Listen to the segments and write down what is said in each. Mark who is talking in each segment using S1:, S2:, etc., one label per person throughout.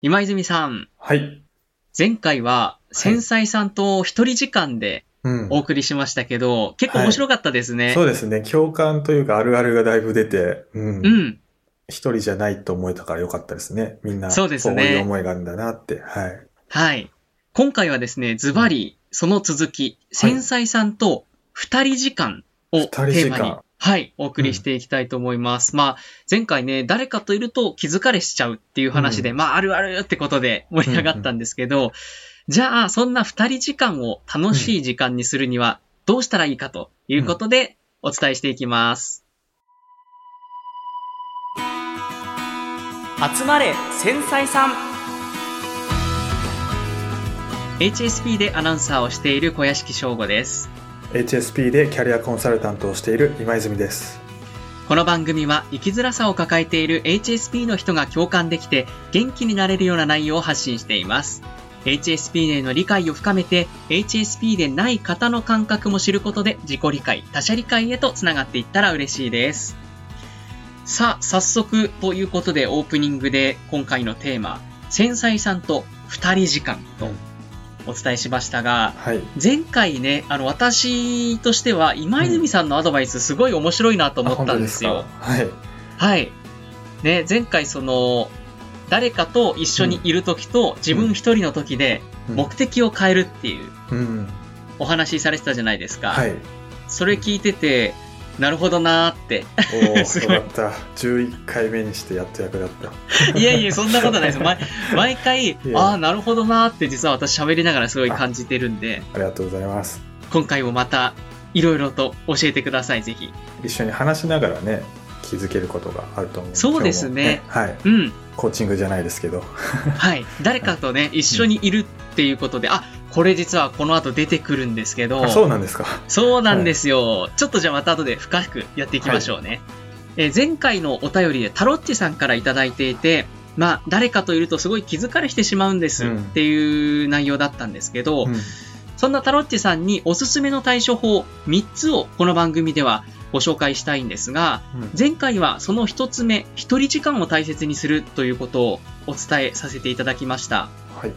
S1: 今泉さん、
S2: はい。
S1: 前回は繊細さんと一人時間で
S2: うん
S1: お送りしましたけど、結構面白かったですね。
S2: そうですね。共感というか、あるあるがだいぶ出て、うん。
S1: うん。
S2: 一人じゃないと思えたからよかったですね。みんな、
S1: そうですね
S2: こういう思いがあるんだなって。はい。
S1: はい。今回はですね、ズバリ、その続き、繊細さんと二人時間を
S2: 二
S1: テ
S2: 人時
S1: ー
S2: 間
S1: マに、はい、お送りしていきたいと思います。まあ、前回ね、誰かといると気づかれしちゃうっていう話で、
S2: う
S1: まあ、あるあるってことで盛り上がったんですけど、じゃあ、そんな二人時間を楽しい時間にするには、どうしたらいいかということで、お伝えしていきます。
S3: 集まれ繊細さん
S1: HSP でアナウンサーをしている小屋敷翔吾です。
S2: HSP でキャリアコンサルタントをしている今泉です。
S1: この番組は生きづらさを抱えている HSP の人が共感できて元気になれるような内容を発信しています。HSP への理解を深めて HSP でない方の感覚も知ることで自己理解、他者理解へとつながっていったら嬉しいです。さあ、早速ということでオープニングで今回のテーマ、繊細さんと二人時間とお伝えしましたが、
S2: はい。
S1: 前回ね、あの、私としては、今泉さんのアドバイス、すごい面白いなと思
S2: あ
S1: っ
S2: 本
S1: た
S2: 当
S1: ん
S2: で
S1: ですす
S2: か
S1: よ。
S2: はい。
S1: はい。ね、前回、その、誰かと一緒にいる時と、自分一人の時で、
S2: うん
S1: 目的を変えるっていう
S2: うん。
S1: お話しされてたじゃないですか。
S2: はい。
S1: それ聞いてて、なるほどなーって。
S2: おー、
S1: す
S2: よ
S1: ごい
S2: かった。11回目にしてやっと役立った。
S1: いやいや、そんなことないです。毎毎回
S2: い、や
S1: ああ、なるほどなーって、実は私喋りながらすごい感じてるんで、
S2: ありがとうございます。
S1: 今回もまた、いろいろと教えてください、ぜひ。
S2: 一緒に話しながらね、気づけることがあると思う。
S1: そうですね
S2: 今日もはい。
S1: うん。
S2: コーチングじゃないですけど。
S1: はい、誰かとね、一緒にいるっていうことで、あこれ実はこの後出てくるんですけど、
S2: あそうなんですか。
S1: そうなんですよ、ちょっとじゃあまた後で深くやっていきましょうね。えー前回のお便りでタロッチさんからいただいていて、まあ、誰かといるとすごい気づかれしてしまうんです
S2: うん
S1: っていう内容だったんですけど、
S2: うん
S1: そんなタロッチさんにおすすめの対処法3つをこの番組ではご紹介したいんですが、
S2: うん
S1: 前回はその1つ目、一人時間を大切にするということをお伝えさせていただきました。
S2: はい。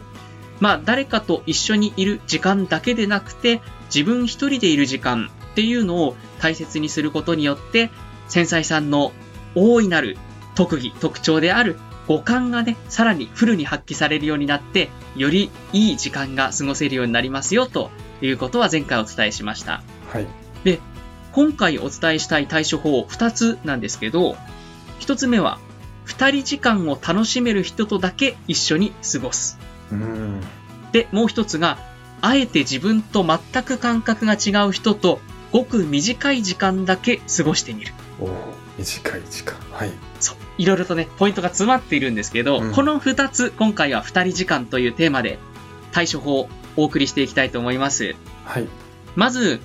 S1: まあ、誰かと一緒にいる時間だけでなくて、自分一人でいる時間っていうのを大切にすることによって、繊細さんの大いなる特技、特徴である五感がね、さらにフルに発揮されるようになって、よりいい時間が過ごせるようになりますよ、ということは前回お伝えしました。
S2: はい。
S1: 今回お伝えしたい対処法2つなんですけど、1つ目は、2人時間を楽しめる人とだけ一緒に過ごす。
S2: うん。
S1: で、もう1つが、あえて自分と全く感覚が違う人と、ごく短い時間だけ過ごしてみる。
S2: おお短い時間はい
S1: そう。いろいろとね、ポイントが詰まっているんですけど、
S2: うん
S1: この2つ、今回は2人時間というテーマで、対処法をお送りしていきたいと思います。
S2: はい
S1: まず、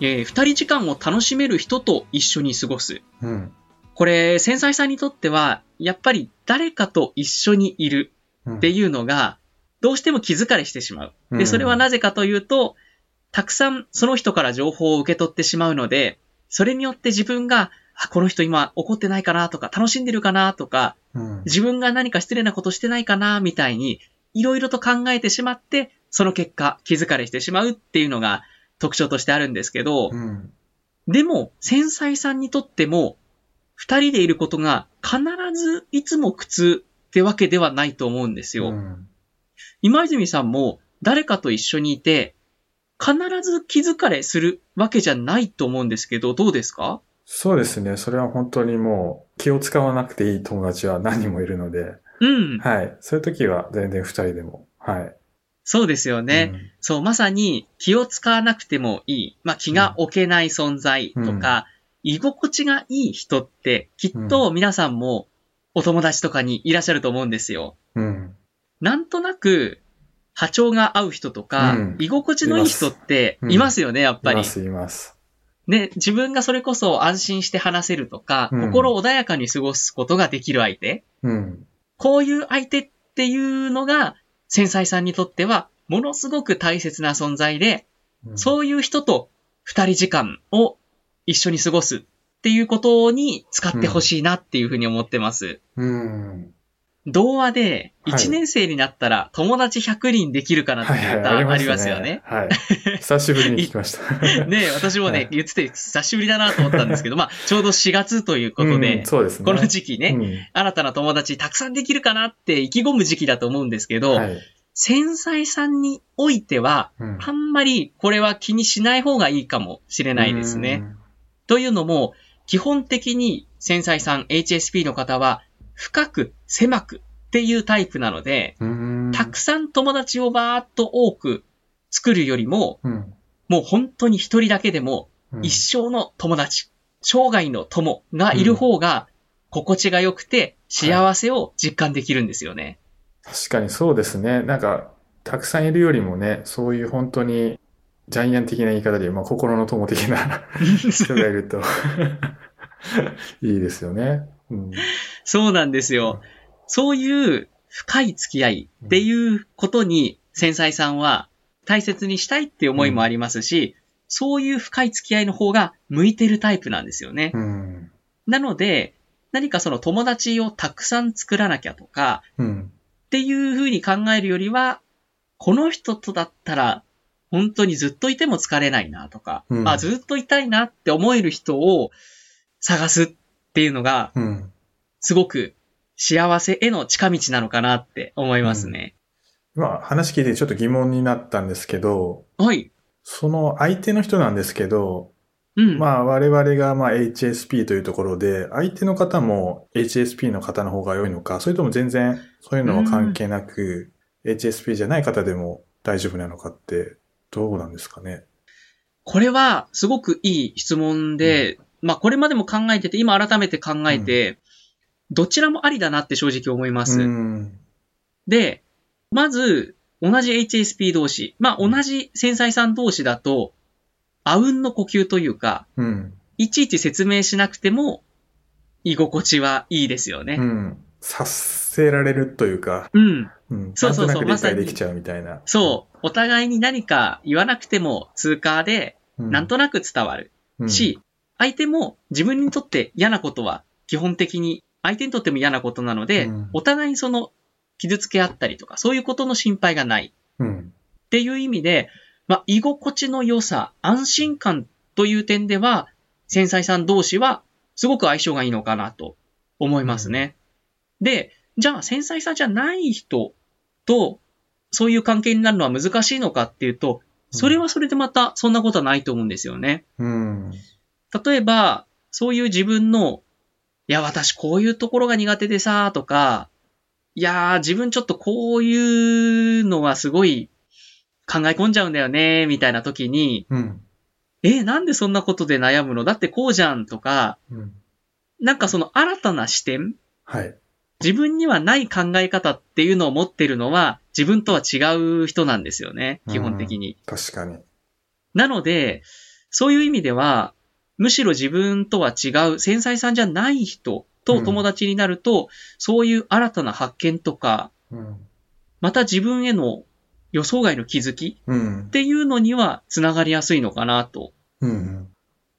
S1: え2人時間を楽しめる人と一緒に過ごす。
S2: うん
S1: これ、繊細さんにとっては、やっぱり誰かと一緒にいる
S2: うん
S1: っていうのが、どうしても気疲れしてしまう。
S2: う
S1: で、
S2: ん
S1: それはなぜかというと、たくさんその人から情報を受け取ってしまうので、それによって自分が、あ、この人今怒ってないかなとか、楽しんでるかなとか、
S2: うん
S1: 自分が何か失礼なことしてないかなみたいに、いろいろと考えてしまって、その結果気疲れしてしまうっていうのが特徴としてあるんですけど、
S2: うん
S1: でも、繊細さんにとっても、二人でいることが必ずいつも苦痛ってわけではないと思うんですよ。
S2: うん
S1: 今泉さんも誰かと一緒にいて、必ず気疲れするわけじゃないと思うんですけど、どうですか
S2: そうですねそれは本当にもう気を使わなくていい友達は何人もいるので
S1: うん。
S2: はいそういう時は全然二人でもはい
S1: そうですよね。
S2: うん
S1: そう、まさに気を使わなくてもいい。まあ、気が置けない存在とか、居心地がいい人って、きっと皆さんもお友達とかにいらっしゃると思うんですよ。
S2: うん
S1: なんとなく、波長が合う人とか、
S2: うん
S1: 居心地のいい人って
S2: いますうん
S1: いますよね、やっぱ
S2: い
S1: り
S2: ま。すいます
S1: ね、自分がそれこそ安心して話せるとか、
S2: うん
S1: 心穏やかに過ごすことができる相手。
S2: うん
S1: こういう相手っていうのが、繊細さんにとっては、ものすごく大切な存在で、
S2: うん
S1: そういう人と二人時間を一緒に過ごすっていうことに使ってほしいなっていうふうに思ってます。
S2: うん
S1: 童話で、
S2: はい
S1: 1年生になったら友達100人できるかなって
S2: はい
S1: いう
S2: はい、
S1: 歌ありますよね。。
S2: はい。久しぶりに聞きました。
S1: ね私も
S2: は
S1: ね
S2: い、
S1: 言ってて久しぶりだなと思ったんですけど、まあ、ちょうど4月ということ
S2: う
S1: で
S2: ん、そうですね。
S1: この時期ね、
S2: ね。
S1: 新たな友達たくさんできるかなって意気込む時期だと思うんですけ
S2: うん、
S1: ど、
S2: はい。
S1: 繊細さんにおいては、
S2: うん
S1: あんまりこれは気にしない方がいいかもしれないですね。。というのも、基本的に繊細さん HSP の方は、深く、狭くっていうタイプなので、
S2: うん。
S1: たくさん友達をバーっと多く作るよりも、
S2: うん。
S1: もう本当に一人だけでも、
S2: うん
S1: 一生の友達、生涯の友がいる方が、心地が良くて幸せを実感できるんですよね。
S2: 確かにそうですね。なんか、たくさんいるよりもね、そういう本当に、ジャイアン的な言い方で、まあ、心の友的な人がいると、いいですよね。うん。
S1: そうなんですよ。そういう深い付き合いっていうことに、繊細さんは大切にしたいっていう思いもありますし、そういう深い付き合いの方が向いてるタイプなんですよね。
S2: うん。
S1: なので、何かその友達をたくさん作らなきゃとか、
S2: うん。
S1: っていうふうに考えるよりは、この人とだったら、本当にずっといても疲れないなとか、
S2: うん
S1: あ、ずっといたいなって思える人を探すっていうのが、
S2: うん。
S1: すごく幸せへの近道なのかなって思いますね。
S2: まあ、話聞いてちょっと疑問になったんですけど、
S1: はい。
S2: その相手の人なんですけど、
S1: うん。
S2: まあ我々がまあ HSP というところで、相手の方も HSP の方の方が良いのか、それとも全然そういうのは関係なく、HSP じゃない方でも大丈夫なのかって、どうなんですかね。
S1: これはすごくいい質問で、まあこれまでも考えてて、今改めて考えて、どちらもありだなって正直思います。
S2: うん。
S1: で、まず、同じ HSP 同士、まあ同じ繊細さん同士だと、あうんの呼吸というか、
S2: うん。
S1: いちいち説明しなくても、居心地はいいですよ
S2: う
S1: ね。
S2: ん。察せられるというか、
S1: うん。
S2: うん。
S1: そうそうそう
S2: なんとなく理解できちゃうみたいな。
S1: そう。お互いに何か言わなくても通過で
S2: うん。
S1: なんとなく伝わる
S2: うん、
S1: し、相手も自分にとって嫌なことは基本的に相手にとっても嫌なことなので、
S2: うん
S1: お互いにその傷つけ合ったりとか、そういうことの心配がない
S2: うん。
S1: っていう意味で、まあ、居心地の良さ、安心感という点では、繊細さん同士はすごく相性がいいのかなと思いますね。で、じゃあ繊細さんじゃない人とそういう関係になるのは難しいのかっていうと、それはそれでまたそんなことはないと思うんですよね。
S2: うん。
S1: 例えば、そういう自分の、いや、私こういうところが苦手でさ、とか、いやー、自分ちょっとこういうのはすごい考え込んじゃうんだよね、みたいな時に、
S2: うん。
S1: え、なんでそんなことで悩むのだってこうじゃん、とか、
S2: うん。
S1: なんかその新たな視点、
S2: はい。
S1: 自分にはない考え方っていうのを持ってるのは、自分とは違う人なんですよね、基本的に。
S2: 確かに。
S1: なので、そういう意味では、むしろ自分とは違う、繊細さんじゃない人と友達になると、そういう新たな発見とか、
S2: うん。
S1: また自分への予想外の気づき
S2: うん
S1: っ。ていうのにはつながりやすいのかなと。
S2: うん。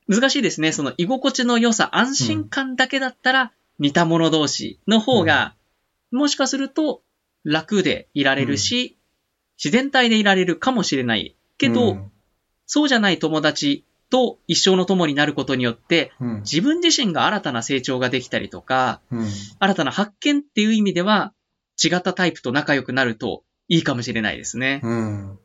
S1: 難しいですね。その居心地の良さ、安心感だけだったら、似た者同士の方が、もしかすると楽でいられるし、自然体でいられるかもしれないけど、
S2: うん、
S1: そうじゃない友達と一生の友になることによって、
S2: うん。
S1: 自分自身が新たな成長ができたりとか、
S2: うん
S1: 新たな発見っていう意味では、違ったタイプと仲良くなるといいかもしれないですね。
S2: うん。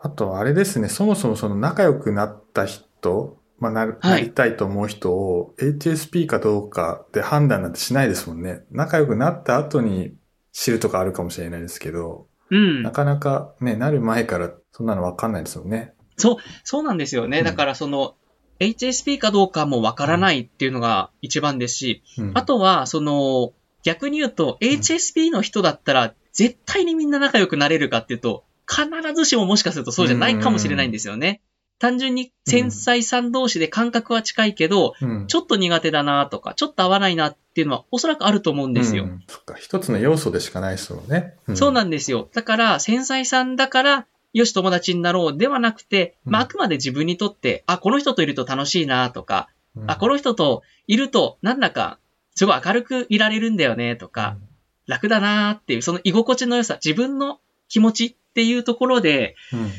S2: あと、あれですね、そもそもその仲良くなった人、まあ、なる、
S1: はい
S2: なりたいと思う人を HSP かどうかで判断なんてしないですもんね。仲良くなった後に知るとかあるかもしれないですけど、
S1: うん
S2: な。かなかね、なる前からそんなのわかんないですもんね。
S1: そうなんですよ
S2: う
S1: ね。
S2: ん
S1: だからその、HSP かどうかもわからないっていうのが一番ですし、
S2: うん
S1: あ、とは、その、逆に言うと、HSP の人だったら、絶対にみんな仲良くなれるかっていうと、必ずしももしかするとそうじゃないかもしれないんですよね。単純に繊細さん同士で感覚は近いけど、
S2: うん、
S1: ちょっと苦手だなとか、ちょっと合わないなっていうのはおそらくあると思うんですよ。
S2: うんそっか、一つの要素でしかないですもんね。
S1: そうんなんですよ。だから、繊細さんだから、よし友達になろうではなくて、まあ、
S2: う
S1: あ
S2: ん
S1: くまで自分にとって、あ、この人といると楽しいなとか、
S2: うん
S1: あ、この人といるとなんだかすごい明るくいられるんだよねとか、楽だなーっていう、その居心地の良さ、自分の気持ちっていうところで、
S2: うん。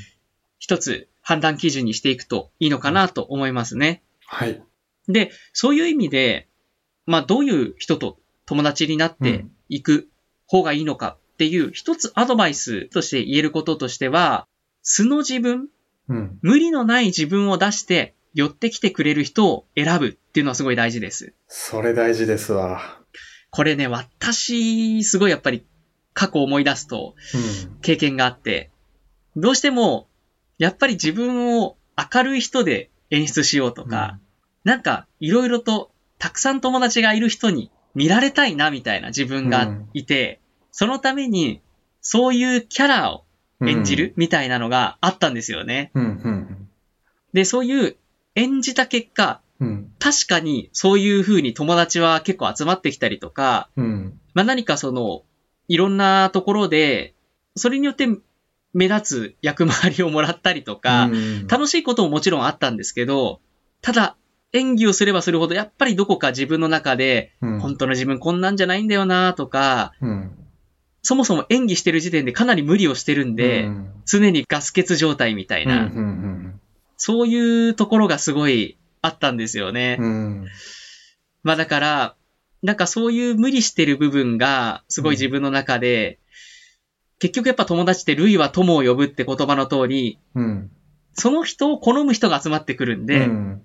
S1: 一つ判断基準にしていくといいのかなと思いますね。
S2: はい。
S1: で、そういう意味で、まあ、どういう人と友達になっていく方がいいのかっていう、一つアドバイスとして言えることとしては、素の自分、
S2: うん。
S1: 無理のない自分を出して、寄ってきてくれる人を選ぶっていうのはすごい大事です。
S2: それ大事ですわ。
S1: これね、私、すごいやっぱり過去を思い出すと
S2: うん。
S1: 経験があって、どうしても、やっぱり自分を明るい人で演出しようとか、なんか、いろいろと、たくさん友達がいる人に見られたいな、みたいな自分がいて、そのために、そういうキャラを
S2: うん
S1: 演じるみたいなのがあったんですよね。
S2: うん、うん、
S1: で、そういう演じた結果、
S2: うん。
S1: 確かにそういう風に友達は結構集まってきたりとか、
S2: うん。うん。
S1: まあ、何かその、いろんなところで、それによって目立つ役回りをもらったりとか、
S2: うん、
S1: 楽しいことももちろんあったんですけど、ただ、演技をすればするほど、やっぱりどこか自分の中で、
S2: うん
S1: 本当の自分こんなんじゃないんだよなとか、
S2: うん。
S1: そもそも演技してる時点でかなり無理をしてるんで、
S2: うん、
S1: 常にガス欠状態みたい
S2: うん、う
S1: な、
S2: ん
S1: そういうところがすごいあったんですよね。
S2: うん。うん。
S1: まあだから、なんかそういう無理してる部分が、すごい自分の中で、結局やっぱ友達って、類は友を呼ぶって言葉の通り、
S2: うん。
S1: その人を好む人が集まってくるんで、
S2: うん、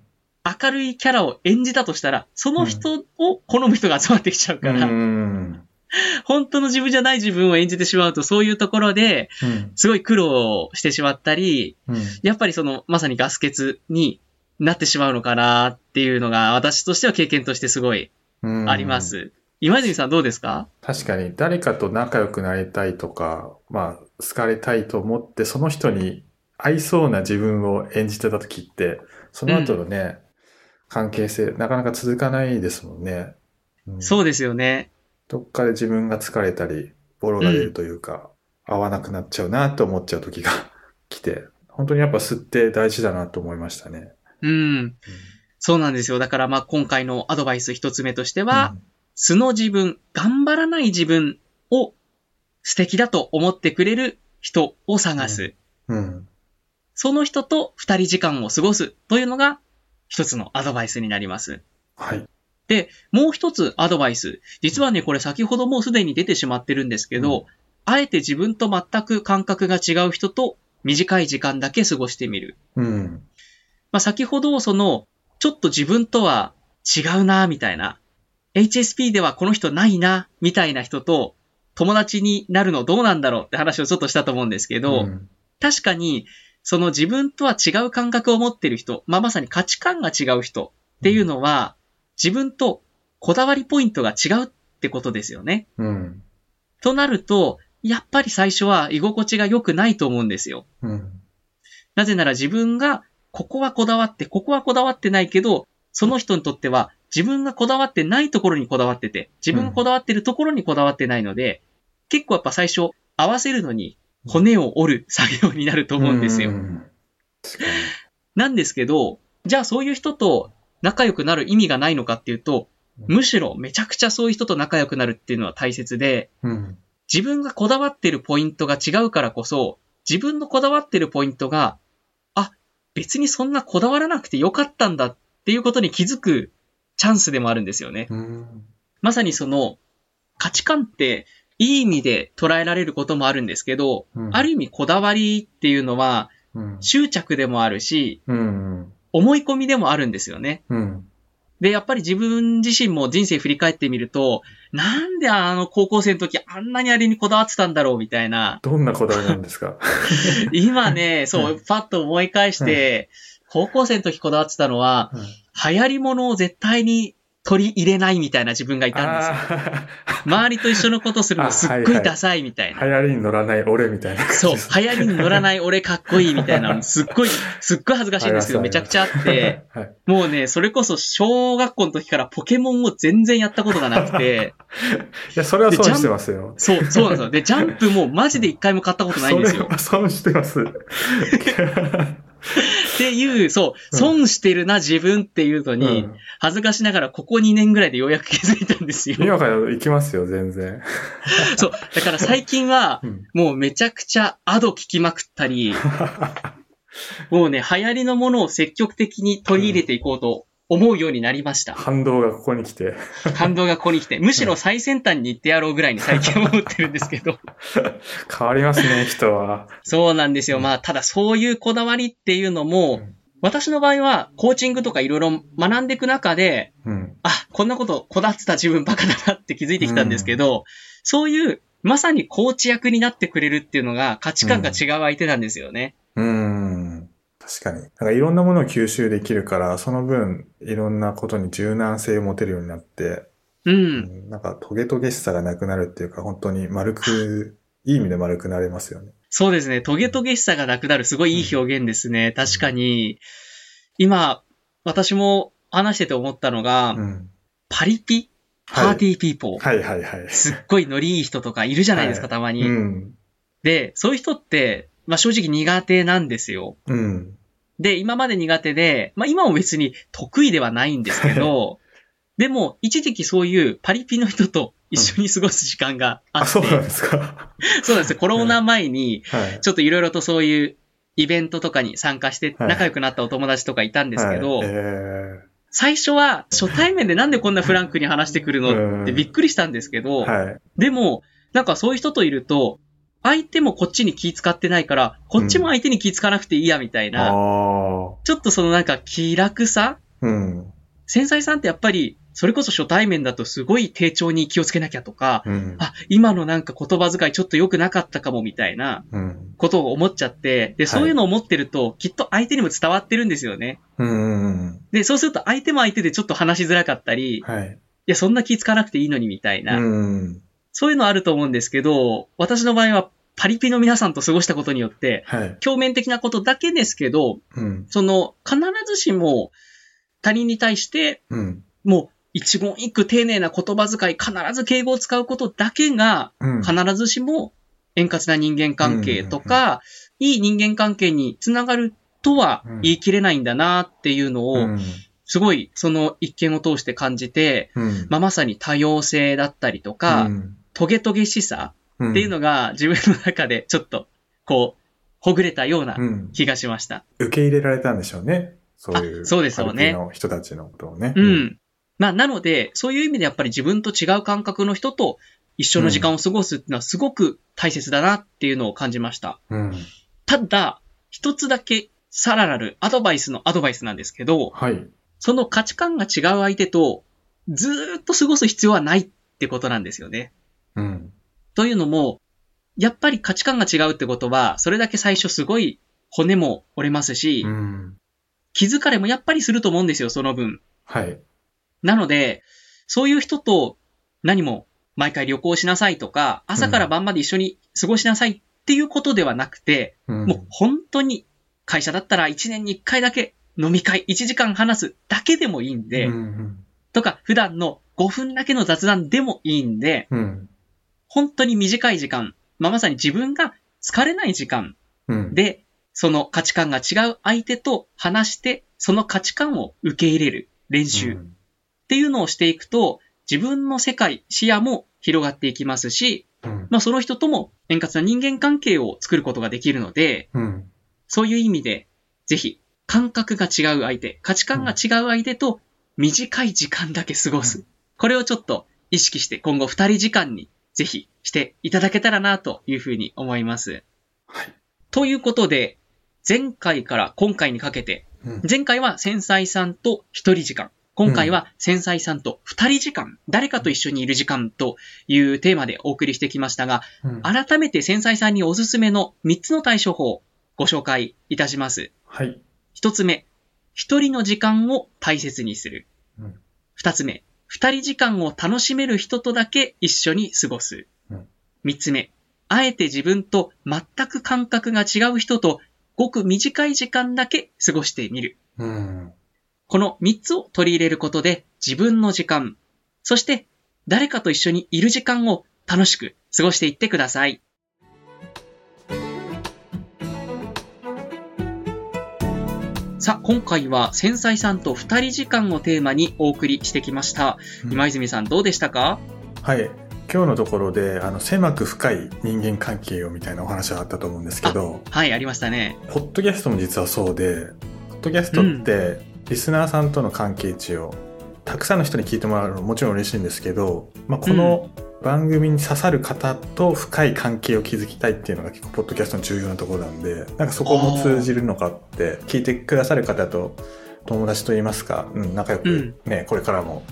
S1: 明るいキャラを演じたとしたら、その人を好む人が集まってきちゃうから、
S2: うん。
S1: 本当の自分じゃない自分を演じてしまうと、そういうところで
S2: うん。
S1: すごい苦労をしてしまったり、
S2: うん
S1: やっぱりその、まさにガス欠になってしまうのかなっていうのが、私としては経験としてすごい
S2: うん
S1: ありま。す。今泉さんどうですか
S2: 確かに誰かと仲良くなりたいとか、まあ、好かれたいと思って、その人に合いそうな自分を演じてた時って、その後のね、関係性、なかなか続かないですもんね。うん
S1: そうですよね。
S2: どっかで自分が疲れたり、ボロが出るというか、合わなくなっちゃうなと思っちゃう時が 来て、本当にやっぱ吸って大事だなと思いましたね。
S1: うん。そうなんですよ。だからまあ今回のアドバイス一つ目としては、素の自分、頑張らない自分を素敵だと思ってくれる人を探す。
S2: ううん、うん。
S1: その人と二人時間を過ごすというのが一つのアドバイスになります。
S2: はい。
S1: で、もう一つアドバイス。実はね、これ先ほどもうすでに出てしまってるんですけど、
S2: うん
S1: あえて自分と全く感覚が違う人と短い時間だけ過ごしてみる。
S2: うん。
S1: まあ、先ほどその、ちょっと自分とは違うな、みたいな。HSP ではこの人ないな、みたいな人と友達になるのどうなんだろうって話をちょっとしたと思うんですけど、
S2: ん
S1: 確かに、その自分とは違う感覚を持ってる人、まあ、まさに価値観が違う人っていうのは、自分とこだわりポイントが違うってことですよね。
S2: うん。
S1: となると、やっぱり最初は居心地が良くないと思うんですよ。
S2: うん。
S1: なぜなら自分が、ここはこだわって、ここはこだわってないけど、その人にとっては、自分がこだわってないところにこだわってて、自分がこだわってるところにこだわってないので、結構やっぱ最初、合わせるのに骨を折る作業になると思うんですよ
S2: う。ん確か
S1: なんですけど、じゃあそういう人と仲良くなる意味がないのかっていうと、
S2: うん
S1: むしろめちゃくちゃそういう人と仲良くなるっていうのは大切で、
S2: に。うん。
S1: 自分がこだわってるポイントが違うからこそ、自分のこだわってるポイントが、あ、別にそんなこだわらなくてよかったんだっていうことに気づくチャンスでもあるんですよね。
S2: うん。
S1: まさにその価値観っていい意味で捉えられることもあるんですけど、
S2: うん
S1: ある意味こだわりっていうのは
S2: うん。
S1: 執着でもあるし、
S2: うん。
S1: 思い込みでもあるんですよね。
S2: うん。。
S1: で、やっぱり自分自身も人生振り返ってみると、なんであの高校生の時あんなにあれにこだわってたんだろうみたいな
S2: どんなこだわりなんで すか
S1: 今ね、そうう、パッと思い返して、高校生の時こだわってたのは、
S2: うん
S1: 流行り物を絶対に取り入れないみたいな自分がいたんですよ。
S2: あ
S1: 周りと一緒のことするのすっ
S2: あはい
S1: ご
S2: はいい
S1: ダサいみたいな。
S2: ー流行りに乗らない俺みたいな感じ
S1: そう、
S2: です。
S1: 流行りに乗らない俺かっこいいみたいな の、すっごい、すっごい恥ずかしいんですけど、
S2: あり
S1: め
S2: ま
S1: ち
S2: す
S1: ゃくちゃあって、
S2: はい。
S1: もうね、それこそ小学校の時からポケモンを全然やったことがなく て、
S2: いや、それは損してますよ。
S1: そう、そうなんですよ。で、ジャンプもマジで一回も買ったことないんですよ
S2: それ。は損してます。
S1: っていう、そう、損してるな、自分っていうの に、恥ずかしながらここ2年ぐらいでようやく気づいたんです
S2: うん
S1: よ。
S2: 今から行きますよ、全然。
S1: そう。だから最近は
S2: う、ん
S1: もうめちゃくちゃアド聞きまくった り、もうね、流行りのものを積極的に取り入れていこうと思うようになりました。
S2: 反動がここに来て。
S1: 感動がここに来て、むしろ最先端に行ってやろうぐらいに最近は思ってるんですけど。
S2: 変わります ね、人は。
S1: そうなんですよ。まあ、ただそういうこだわりっていうのも
S2: うん、
S1: 私の場合はコーチングとかいろいろ学んでいく中で、
S2: うん。
S1: あ、こんなことこだわってた自分バカだなって気づいてきたんですけど、そういう、まさにコーチ役になってくれるっていうのが価値観が違う相手なんですよね。
S2: うん。確かに。なんかいろんなものを吸収できるから、その分、いろんなことに柔軟性を持てるようになって、
S1: うん。
S2: なんかトゲトゲしさがなくなるっていうか、本当に丸く、いい意味で丸くなれますよね。
S1: そうですね。トゲトゲしさがなくなる、すごいいい表現ですね。確かに、今、私も話してて思ったのが、
S2: うん。
S1: パリピパ
S2: は
S1: ーテ
S2: い。
S1: ィーピーポー。
S2: はいはいはい。
S1: すっごいノリいい人とかいるじゃないですか、
S2: はい
S1: たまに。
S2: うん。
S1: で、そういう人って、まあ正直苦手なんですよ。
S2: うん。
S1: で、今まで苦手で、まあ今も別に得意ではないんですけど、でも、一時期そういうパリピの人と一緒に過ごす時間があ
S2: あ、
S1: って、
S2: そうなんですか。
S1: そうなんですよ。コロナ前に、
S2: はい。
S1: ちょっといろいろとそういうイベントとかに参加して
S2: はい
S1: 仲良くなったお友達とかいたんですけど、
S2: はいえー
S1: 最初は初対面でなんでこんなフランクに話してくるのってびっくりしたんですけど、
S2: はい。
S1: でも、なんかそういう人といると、相手もこっちに気使ってないから、こっちも相手に気使わなくていいやみたいな、
S2: ああ。
S1: ちょっとそのなんか気楽さ
S2: うん。
S1: 繊細さんってやっぱり、それこそ初対面だとすごい丁重に気をつけなきゃとか、
S2: うん。
S1: あ、今のなんか言葉遣いちょっと良くなかったかもみたいな
S2: うん。
S1: ことを思っちゃって、で、そういうのを思ってると、きっと相手にも伝わってるんですよね。
S2: うん。
S1: で、そうすると相手も相手でちょっと話しづらかったり、い
S2: はい。
S1: や、そんな気使わなくていいのにみたいな、
S2: うん。
S1: そういうのあると思うんですけど、私の場合はパリピの皆さんと過ごしたことによって、
S2: はい。
S1: 表面的なことだけですけど、
S2: うん。
S1: その、必ずしも他人に対して、
S2: うん。
S1: もう一言一句丁寧な言葉遣い、必ず敬語を使うことだけが、
S2: うん。
S1: 必ずしも円滑な人間関係とか、いい人間関係につながるとは
S2: うん
S1: 言い切れないんだなっていうの
S2: う
S1: を、
S2: ん。
S1: すごいその一見を通して感じて、
S2: うん。
S1: まあ、まさに多様性だったりとか、トゲトゲしさ、
S2: うん、
S1: っていうのが自分の中でちょっと、こう、ほぐれたような
S2: うん、
S1: 気がしました。
S2: 受け入れられたんでしょうね。そうい
S1: あ
S2: う。
S1: そうですよね
S2: パリピの人たちのことをね。
S1: うん。。まあ、なので、そういう意味でやっぱり自分と違う感覚の人と一緒の時間を過ごすっていうのはすごく大切だなっていうのを感じました。
S2: うん。
S1: ただ、一つだけさらなるアドバイスのアドバイスなんですけど、
S2: はい。
S1: その価値観が違う相手とずーっと過ごす必要はないってことなんですよね。
S2: うん。
S1: というのも、やっぱり価値観が違うってことは、それだけ最初すごい骨も折れますし、
S2: うん。
S1: 気づかれもやっぱりすると思うんですよ、その分。
S2: はい。
S1: なので、そういう人と何も毎回旅行しなさいとか、朝から晩まで一緒に過ごしなさいっていうことではなくて、
S2: うん
S1: もう本当に会社だったら1年に1回だけ飲み会1時間話すだけでもいいんで、
S2: うん。
S1: とか普段の5分だけの雑談でもいいんで、
S2: うん。
S1: 本当に短い時間、まあ、まさに自分が疲れない時間
S2: うん。、
S1: で、その価値観が違う相手と話して、その価値観を受け入れる練習っ。ていうのをしていくと、自分の世界、視野も広がっていきますし、
S2: うん。
S1: まあ、その人とも円滑な人間関係を作ることができるので、
S2: うん。
S1: そういう意味で、ぜひ、感覚が違う相手、価値観が違う相手と短い時間だけ過ごす。これをちょっと意識して、今後2人時間にぜひしていただけたらなというふうに思います。
S2: はい。
S1: ということで、前回から今回にかけて、
S2: うん。
S1: 前回は繊細さんと一人時間、今回は繊細さんと二人時間、誰かと一緒にいる時間というテーマでお送りしてきましたが、
S2: うん
S1: 改めて繊細さんにおすすめの三つの対処法をご紹介いたします。
S2: はい。
S1: 一つ目、一人の時間を大切にする
S2: うん。
S1: 二つ目、二人時間を楽しめる人とだけ一緒に過ごす
S2: うん。
S1: 三つ目、あえて自分と全く感覚が違う人とごく短い時間だけ過ごしてみる。
S2: うん。
S1: この3つを取り入れることで自分の時間、そして誰かと一緒にいる時間を楽しく過ごしていってください。さあ、今回は繊細さんと二人時間をテーマにお送りしてきました。
S2: うん
S1: 今泉さんどうでしたか
S2: はい。今日のところで、あの、狭く深い人間関係をみたいなお話があったと思うんですけど、
S1: はい、ありましたね。
S2: ポッドキャストも実はそうで、ポッドキャストって、リスナーさんとの関係値を、たくさんの人に聞いてもらうのももちろん嬉しいんですけど、まあ、この番組に刺さる方と深い関係を築きたいっていうのが結構、ポッドキャストの重要なところなんで、なんかそこも通じるのかって、聞いてくださる方と、友達と言いますか、うん、仲良くね、これからも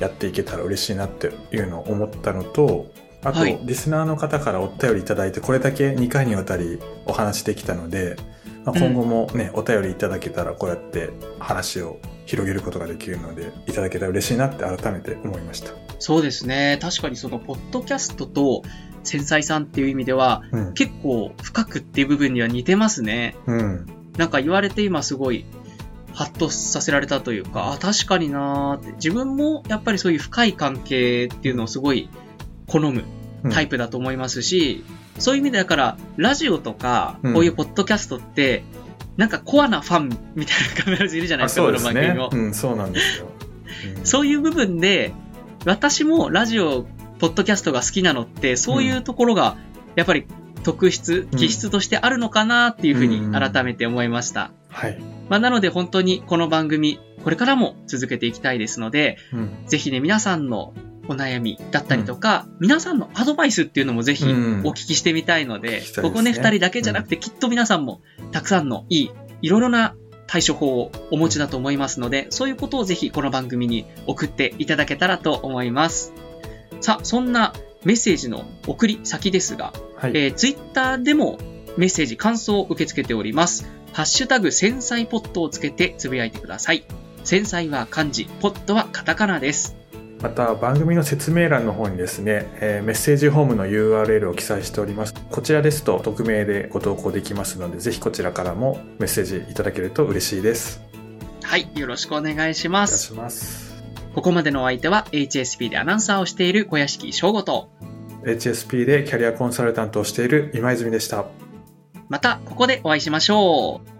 S2: やっていけたら嬉しいなっていうのを思ったのと、あと、
S1: はい
S2: リスナーの方からお便りいただいて、これだけ2回にわたりお話できたので、まあ、今後もね、お便りいただけたらこうやって話を広げることができるので、いただけたら嬉しいなって改めて思いました。
S1: そうですね。確かにその、ポッドキャストと繊細さんっていう意味では、
S2: うん。
S1: 結構深くっていう部分には似てますね。
S2: うん。
S1: なんか言われて今すごい、ハッとさせられたというか、あ、確かになーって。自分もやっぱりそういう深い関係っていうのをすごい好む
S2: うん
S1: タイプだと思いますし、そういう意味でだから、ラジオとか、
S2: うん
S1: こういうポッドキャストって、なんかコアなファンみたいな必ずいるじゃない
S2: あ
S1: ですか、
S2: そうで
S1: こ
S2: す
S1: の番
S2: ね
S1: 組。も。
S2: うん、そうなんですよ。うん
S1: そういう部分で、私もラジオ、ポッドキャストが好きなのって、そういうところが、やっぱり特質、
S2: うん
S1: 気質としてあるのかなっていうふう
S2: う
S1: に
S2: ん
S1: 改めて思いました。
S2: はい。
S1: まあ、なので本当にこの番組、これからも続けていきたいですので、
S2: うん。
S1: ぜひね、皆さんのお悩みだったりとか、皆さんのアドバイスっていうのもぜひ
S2: うん
S1: お聞きしてみたいので、
S2: 聞きたいですね
S1: ここね、二人だけじゃなくて、きっと皆さんもたくさんのいい、いろいろな対処法をお持ちだと思いますので、そういうことをぜひこの番組に送っていただけたらと思います。さあ、そんなメッセージの送り先ですが、
S2: はい。
S1: えー、ツイッターでもメッセージ、感想を受け付けております。ハッシュタグ、繊細ポットをつけてつぶやいてください。繊細は漢字、ポットはカタカナです。
S2: また番組の説明欄の方にですね、えーメッセージフォームの URL を記載しておりますこちらですと匿名でご投稿できますのでぜひこちらからもメッセージいただけると嬉しいです
S1: はい、よろしくお願いし
S2: お
S1: ま
S2: 願い
S1: す。
S2: します
S1: ここまでのお相手は HSP でアナウンサーをしている小屋敷翔吾と、
S2: HSP でキャリアコンサルタントをしている今泉でした
S1: またここでお会いしましょう。